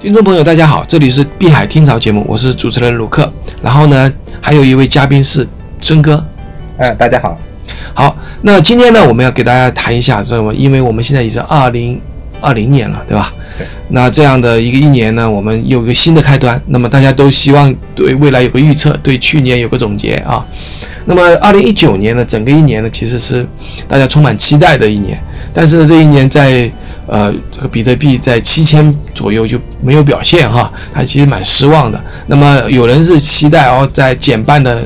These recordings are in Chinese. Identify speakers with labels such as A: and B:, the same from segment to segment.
A: 听众朋友，大家好，这里是碧海听潮节目，我是主持人卢克。然后呢，还有一位嘉宾是森哥。
B: 嗯，大家好。
A: 好，那今天呢，我们要给大家谈一下这么，因为我们现在已经二零二零年了，对吧？
B: 对。
A: 那这样的一个一年呢，我们有一个新的开端，那么大家都希望对未来有个预测，对去年有个总结啊。那么二零一九年呢，整个一年呢，其实是大家充满期待的一年，但是呢，这一年在呃，这个比特币在七千左右就没有表现哈，它其实蛮失望的。那么有人是期待哦，在减半的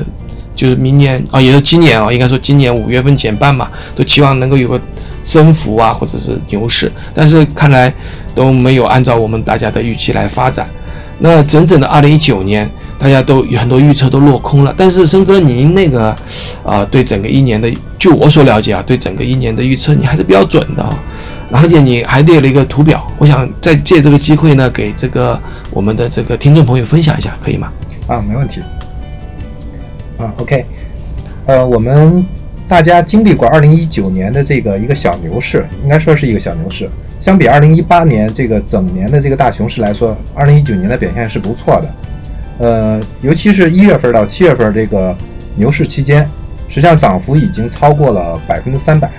A: 就是明年啊、也就是今年啊、应该说今年五月份减半嘛，都期望能够有个升幅啊，或者是牛市，但是看来都没有按照我们大家的预期来发展。那整整的二零一九年，大家都有很多预测都落空了。但是森哥，您那个，啊、对整个一年的，就我所了解啊，对整个一年的预测你还是比较准的、啊。而且你还列了一个图表，我想再借这个机会呢，给这个我们的这个听众朋友分享一下，可以吗？
B: 啊，没问题。啊，OK，呃，我们大家经历过2019年的这个一个小牛市，应该说是一个小牛市。相比2018年这个整年的这个大熊市来说，2 0 1 9年的表现是不错的。呃，尤其是一月份到七月份这个牛市期间，实际上涨幅已经超过了百分之三百。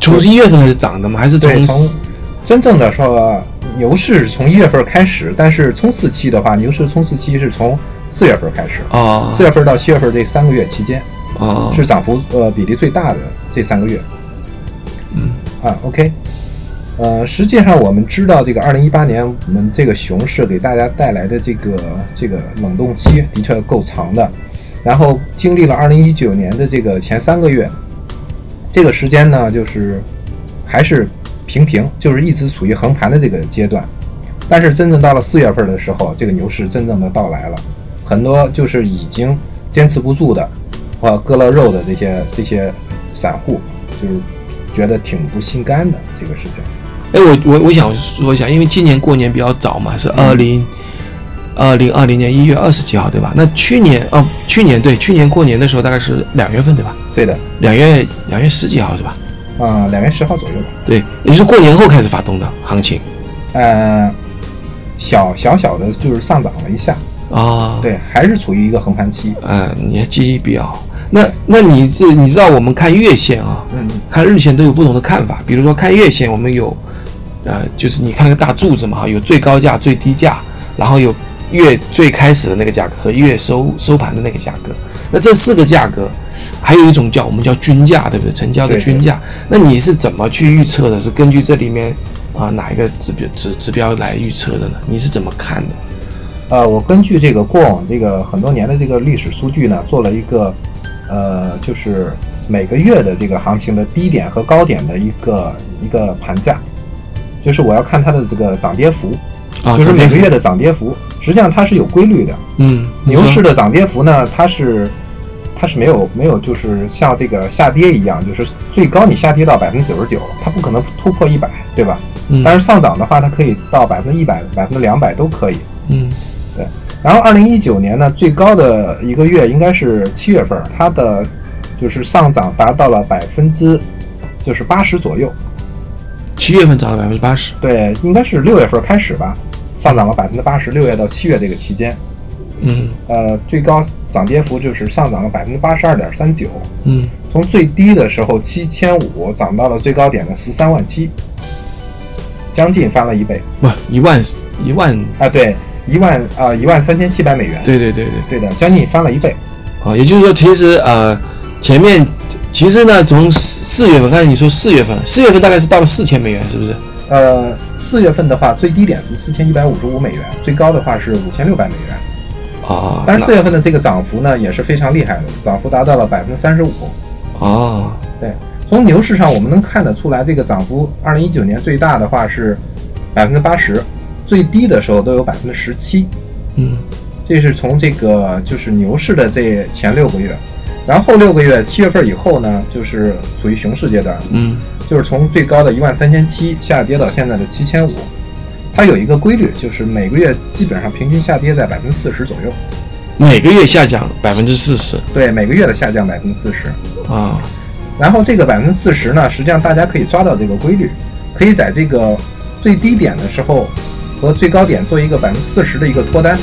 A: 从一月份开始涨的吗？还是从
B: 对，从真正的说牛市是从一月份开始，但是冲刺期的话，牛市冲刺期是从四月份开始。
A: 哦
B: 四月份到七月份这三个月期间
A: 哦
B: 是涨幅呃比例最大的这三个月。嗯啊，OK，呃，实际上我们知道这个二零一八年我们这个熊市给大家带来的这个这个冷冻期的确够长的，然后经历了二零一九年的这个前三个月，这个时间呢就是还是平平，就是一直处于横盘的这个阶段。但是真正到了四月份的时候，这个牛市真正的到来了，很多就是已经坚持不住的，呃，割了肉的这些这些散户，就是觉得挺不心甘的这个事情。
A: 哎，我我我想说一下，因为今年过年比较早嘛，是二零
B: 嗯
A: 二零二零年一月二十几号，对吧？那去年哦，去年对，去年过年的时候大概是两月份，对吧？
B: 对的，
A: 两月两月十几号，是吧？
B: 啊、两月十号左右吧。
A: 对，也就是过年后开始发动的行情
B: 呃，小小小的就是上涨了一下，
A: 啊。，
B: 对，还是处于一个横盘期。
A: 呃，你还记忆比较好。那那你是你知道我们看月线啊，
B: 嗯，
A: 看日线都有不同的看法。比如说看月线，我们有，呃，就是你看那个大柱子嘛，哈有最高价、最低价，然后有月最开始的那个价格和月收收盘的那个价格。那这四个价格，还有一种叫我们叫均价，对不对？成交的
B: 对对
A: 均价。那你是怎么去预测的？是根据这里面啊、哪一个指标指指标来预测的呢？你是怎么看的？
B: 呃，我根据这个过往这个很多年的这个历史数据呢，做了一个，呃，就是每个月的这个行情的低点和高点的一个一个盘价，就是我要看它的这个涨跌幅，
A: 啊，
B: 就是
A: 涨跌
B: 每个
A: 幅
B: 月的涨跌幅，实际上它是有规律的。
A: 嗯，你
B: 牛
A: 说
B: 市的涨跌幅呢，它是它是没有没有就是像这个下跌一样，就是最高你下跌到百分之九十九，它不可能突破一百，对吧？
A: 嗯
B: 但是上涨的话，它可以到百分之一百、百分之两百都可以。
A: 嗯
B: 然后二零一九年呢，最高的一个月应该是七月份，它的就是上涨达到了百分之就是八十左右。
A: 七月份涨了百分之八十，
B: 对，应该是六月份开始吧，上涨了百分之八十，六月到七月这个期间，
A: 嗯
B: 呃，最高涨跌幅就是上涨了百分之八十二点三九，
A: 嗯
B: 从最低的时候七千五涨到了最高点的十三万七，将近翻了一倍
A: 不一万一万，
B: 啊！对，一万啊一万三千七百美元，
A: 对对对对。
B: 对的，将近翻了一倍。
A: 啊，也就是说，其实呃，前面其实呢，从四四月份，刚才你说四月份，四月份大概是到了四千美元，是不是？
B: 呃，四月份的话，最低点是四千一百五十五美元，最高的话是五千六百美元。
A: 啊，
B: 但是四月份的这个涨幅呢，也是非常厉害的，涨幅达到了百分之三十五。
A: 那啊，
B: 对，从牛市上我们能看得出来，这个涨幅，二零一九年最大的话是百分之八十，最低的时候都有百分之十七。
A: 嗯
B: 这是从这个就是牛市的这前六个月，然后后六个月，七月份以后呢，就是处于熊市阶段，
A: 嗯
B: 就是从最高的一万三千七下跌到现在的七千五，它有一个规律，就是每个月基本上平均下跌在百分之四十左右，
A: 每个月下降百分之四十
B: 对，每个月的下降百分之四十。
A: 啊，
B: 然后这个百分之四十呢，实际上大家可以抓到这个规律，可以在这个最低点的时候，和最高点做一个百分之四十的一个脱单。